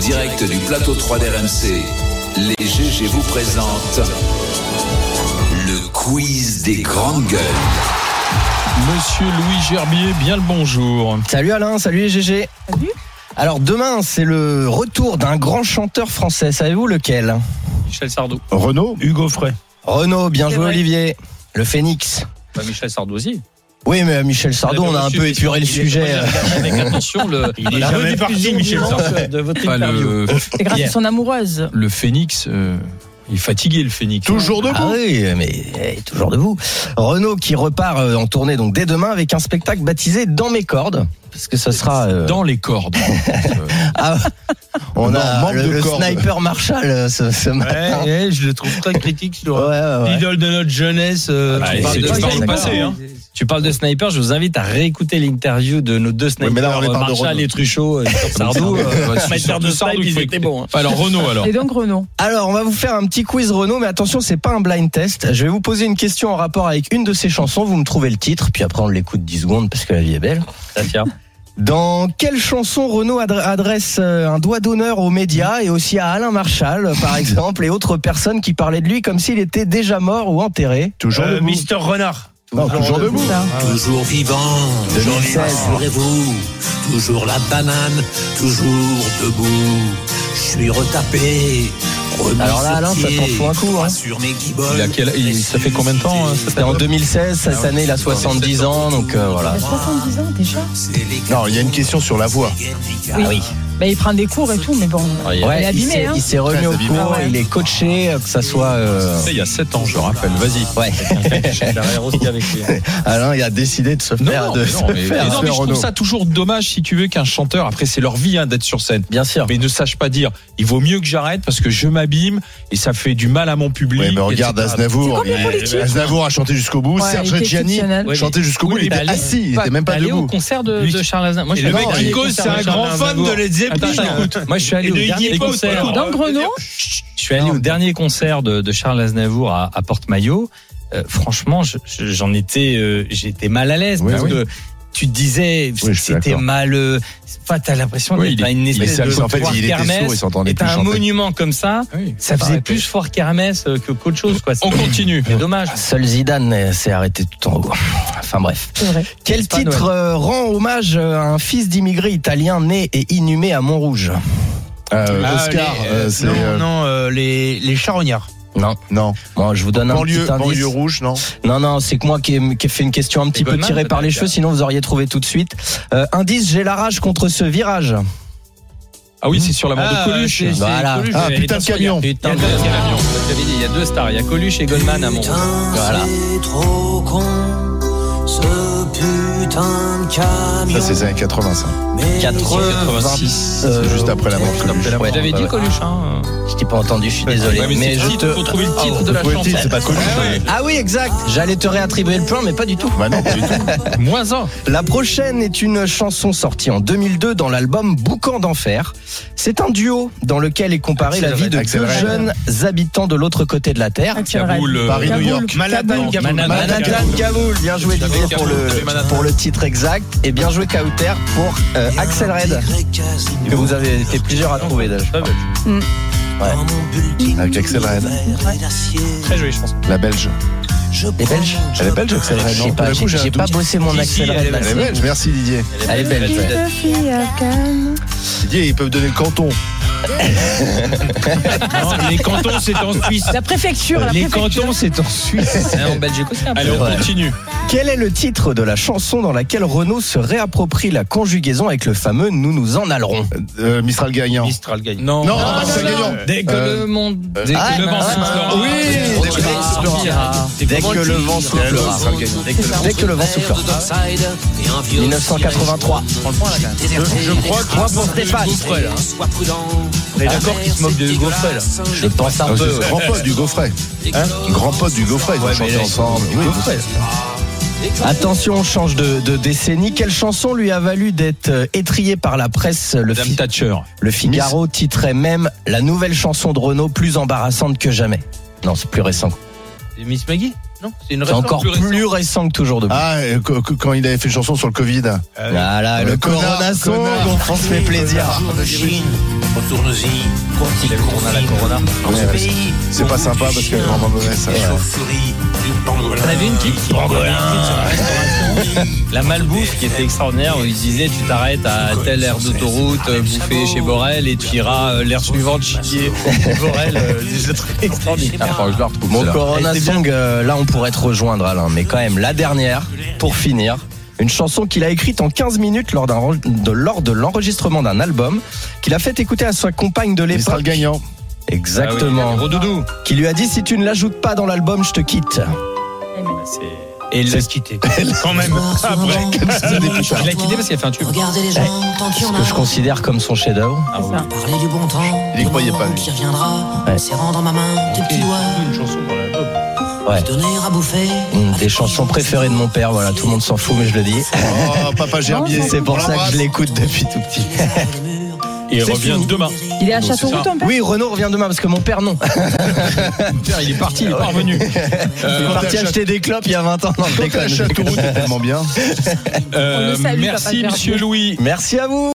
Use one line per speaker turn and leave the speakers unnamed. direct du plateau 3 d'RMC, les GG vous présentent le quiz des grandes gueules.
Monsieur Louis Gerbier, bien le bonjour.
Salut Alain, salut les GG.
Salut.
Alors demain, c'est le retour d'un grand chanteur français. Savez-vous lequel
Michel Sardou.
Renault
Hugo Frey.
Renaud, bien
C'est
joué
vrai.
Olivier. Le Phénix.
Bah, Michel Sardou aussi.
Oui, mais Michel Sardou,
bah,
on a un peu épuré le sujet.
Avec attention, le,
est
la
jamais
rediffusion
parti, Michel
violente de votre
Pas
interview.
le,
C'est grâce
Hier.
à son amoureuse.
le phénix, euh, il est fatigué le phénix.
Toujours debout
Ah oui, mais eh, toujours debout. Renaud qui repart euh, en tournée donc dès demain avec un spectacle baptisé Dans mes cordes. Parce que ce sera. euh,
Dans les cordes. Euh,
Ah, on
Non,
a
manque
le,
de
le
cordes.
sniper Marshall euh, ce, ce matin.
je le trouve très critique sur
Ouais, ouais, ouais.
l'idole de notre jeunesse. euh,
Bah,
Ah,
tu,
c'est
parles de,
l'histoire
tu
du
parles-
passé, hein.
tu parles de sniper, je vous invite à réécouter l'interview de nos deux snipers,
mais là, on les
euh,
parle de
Marshall
Renaud.
et Truchot, euh, sur Sardou.
Ouais,
euh,
sur-
mais faire de
sur Sardou,
snipe,
il faut
ils étaient
écouter.
bons, hein.
Alors Renault alors.
Et donc Renaud.
Alors, on va vous faire un petit quiz Renaud, mais attention, c'est pas un blind test. Je vais vous poser une question en rapport avec une de ces chansons. Vous me trouvez le titre, puis après on l'écoute 10 secondes parce que la vie est belle. Dans quelle chanson Renaud adre- adresse euh, un doigt d'honneur aux médias et aussi à Alain Marshall, euh, par exemple, et autres personnes qui parlaient de lui comme s'il était déjà mort ou enterré
Toujours debout.
Mister Renard.
Non, toujours debout.
Ça.
Toujours vivant, j'en
2016.
rassurez-vous. Toujours la banane, toujours debout. Je suis retapé. remis
Alors là,
sur
Alain, ça
pied,
t'en fout un coup, hein.
Sur mes guibolles,
Il a quel- il- ça fait combien de temps, hein, ça
C'était en 2016,
Ah
cette année il a 70 ans, donc euh, voilà.
Il a 70 ans déjà.
Non, il y a une question sur la voix. Ah
Oui. Bah, il prend des cours et tout, mais bon.
Ouais,
il est
il
abîmé,
s'est-
hein.
il s'est remis
Très
au
abîmé.
cours,
Ah ouais.
il est coaché, euh, que ça soit... euh,
C'était Il y a 7 ans, je le rappelle. Vas-y.
Ouais. Alain, il a décidé de se
Non,
faire,
non,
de
mais non,
se
mais-
faire hein.
mais non, mais je trouve
Renaud.
ça toujours dommage si tu veux qu'un chanteur, après c'est leur vie hein, d'être sur scène,
Bien sûr.
mais ne sache pas dire il vaut mieux que j'arrête parce que je m'abîme et ça fait du mal à mon public.
Ouais, mais regarde
etc.
C'est
Aznavour.
comme les
il-
politiques.
Aznavour a chanté jusqu'au bout.
Ouais,
Serge
il était
Reggiani
exceptionnel.
Ouais,
chantait jusqu'au bout.
Oui,
Il
mais
était
t'allais-
assis, il était même pas
T'es allé au
debout.
concert de,
Lui-
de Charles Aznavour. Moi, je
Et le
suis
mec
allé
qui
au
cause,
concert
c'est un
de Charles
grand fan
Aznavour.
de Led Zeppelin.
Attends, attends, écoute. Moi, je suis allé
Et
au
de Iggy
dernier
Pop,
concert.
alors.
Donc Renaud,
Je suis allé au dernier concert de, de Charles Aznavour à, à Porte Maillot. Euh, franchement, je- je- j'en étais, euh, j'étais mal à l'aise
Oui,
oui.
parce que tu te disais,
je suis
c'était
d'accord.
mal. euh, Enfin, t'as l'impression
Oui,
d'être
il est-
à une
Mais
espèce
c'est
de
en fait,
foire
il était sourd, il
kermesse.
s'entendait
Et
plus
t'as un
chanter.
monument comme ça,
Ah Oui.
ça faisait
Arrêtez.
plus foire kermesse euh, que qu'autre chose, quoi.
On
C'est-
continue.
C'est dommage.
Seul Zidane euh, s'est arrêté tout en haut. Enfin bref.
c'est vrai.
Quel
C'est pas
titre euh, rend hommage euh, à un fils d'immigré italien né et inhumé à Montrouge
Euh,
Ah,
Oscar,
les-
euh, c'est.
non,
euh,
non, euh, les, les charognards.
Non.
Non.
Bon, je vous donne un
Banlieue,
petit indice.
banlieue rouge, non
Non, non, c'est que moi qui ai, qui ai fait une question un petit peu
Goldman,
tirée par les
peut-être,
cheveux, sinon vous auriez trouvé tout de suite. Euh, indice, j'ai la rage contre ce virage.
Ah oui, c'est sur la mort
Ah,
de Coluche.
c'est- c'est
Voilà.
Coluche.
Ah,
Et
putain de
attention,
camion.
Il y a, il y a
Putain,
deux
de-
camions. Je t'avais dit, Il y a deux stars. Il y a Coluche et Goldman à mon.
Voilà.
C'est trop con, ce Oh, putain de
Ça,
camion.
c'est les années 80, ça.
Mais
86.
C'est juste après la mort de Coluche.
Ouais,
J'avais
bah
dit
ouais.
Coluche. hein.
Je t'ai pas entendu, je suis désolé.
Ouais, mais c'est le
je
titre,
te-
faut trouver le
Ah,
titre
ouais.
de la
Le titre, c'est
chanson.
pas Coluche.
Ah oui, exact. J'allais te réattribuer le point, mais pas du tout.
Bah non, pas du tout.
Moins un.
La prochaine est une chanson sortie en 2002 dans l'album Boucan d'enfer. C'est un duo dans lequel est comparée la vie de
Axel
deux
Red.
jeunes habitants de l'autre côté de la Terre.
Axel Red.
Kaboul, euh,
Paris, New York.
Manhattan,
Kaboul.
Kaboul.
Manhattan.
Manhattan Kaboul, bien joué
J'avais
Didier, pour
Kaboul, j'avais
le,
Manhattan.
pour le titre exact et bien joué Kauter pour euh, Axel Red que vous avez été plusieurs à trouver d'ailleurs.
Avec Axel Red.
Très joli, je pense.
La belge.
Les Belges
Elle est belge, Axel Red,
J'ai
non Pour
pas,
le coup,
j'ai-
j'ai un
j'ai pas
doute.
bossé mon
Si, si,
Axel
elle est
Red
Elle est
là-dessus.
belge, merci Didier.
Elle est belge. ouais.
Didier, ils peuvent donner le canton.
Non, les cantons, c'est en Suisse.
La préfecture, la
Les
préfecture.
cantons, c'est en Suisse. En Belgique aussi.
Allez, on
Ouais.
continue.
Quel est le titre de la chanson dans laquelle Renaud se réapproprie la conjugaison avec le fameux Nous nous en allerons
Euh, Mistral gagnant.
Mistral gagne.
Non.
Non, non, Mistral gagnant.
Ah, Dès que
Euh,
le monde.
euh,
Dès
ah,
que le vent
ah,
soufflera.
oui,
Dès que
dès que-
le vent soufflera.
Dès que le vent soufflera.
Mistral gagnant.
Dès que le vent soufflera. Ah, 1983.
Je crois que
Trois pour Stéphane.
Sois prudent.
On est d'accord qu'il se moque de Gaufrel.
Je pense un
Ah,
peu.
c'est Grand pote du Gaufret. Hein Grand pote du Gaufret, ils ont chanté ensemble. Oui,
Ah. Attention, on change de, de décennie. Quelle chanson lui a valu d'être euh, étrié par la presse euh, Le,
Madame
Fi-
Thatcher.
le Figaro titrait même la nouvelle chanson de Renaud plus embarrassante que jamais. Non, c'est plus récent.
Et Miss Maggie Non, c'est une
C'est
récente,
encore
plus
plus
Ah
récente.
récent, que toujours debout.
Ah, euh, que- que- quand il avait fait une chanson sur le Covid.
Voilà, Euh, le
Euh, Connard,
coronasson,
connard.
on se fait plaisir.
Jour de Chine, Retourne-y,
Il a le corona, la corona.
dans ce
Ouais, ouais,
pays.
C'est pas sympa parce qu'elle est vraiment mauvaise, ça.
La chaufferie du pangolin.
On avait une qui
bah,
La malbouffe qui était extraordinaire où ils disaient tu t'arrêtes à telle aire d'autoroute euh, bouffer chez Borel et tu iras euh, l'aire suivante chier chez Borel. euh, C'est Eh, un truc extraordinaire.
Ah,
je la retrouve.
Mon
celle-là.
Corona Song, euh, là on pourrait te rejoindre Alain, mais quand même la dernière, pour finir, une chanson qu'il a écrite en 15 minutes lors, d'un ren- de, lors de l'enregistrement d'un album, qu'il a fait écouter à sa compagne de
Il
l'époque.
sera le gagnant.
Exactement.
Gros doudou.
Qui lui a dit si tu ne l'ajoutes pas dans l'album, je te quitte.
Et il l'a quitté. Quand même.
Ah,
Après. Il l'a quitté parce qu'il a fait un tube.
Regardez les gens, tant qu'il y
Ce
en
que je
a.
considère comme son chef-d'œuvre.
C'est ça.
Parler du bon temps.
Il y
du
croyait
moment
pas, lui.
Qui reviendra.
Ouais.
C'est rendre ma main tes petits doigts.
Une chanson pour la
Ouais.
Donner à bouffer.
Une des chansons préférées de mon père, voilà, tout le monde s'en fout, mais je le dis.
Oh, papa
Ah,
Gerbier.
C'est pour ça que je l'écoute depuis tout petit.
Et il revient demain.
Il est à
Donc,
Châteauroux,
c'est ça.
ton père
Oui, Renaud revient demain parce que mon père, non.
Il est parti, il est Euh, pas revenu.
Il est parti acheter des clopes il y a 20 ans. Non, je déconne, je déconne.
Châteauroux, c'est tellement bien.
Euh,
On le salue, papa
merci,
Gerbier.
monsieur Louis.
Merci à vous.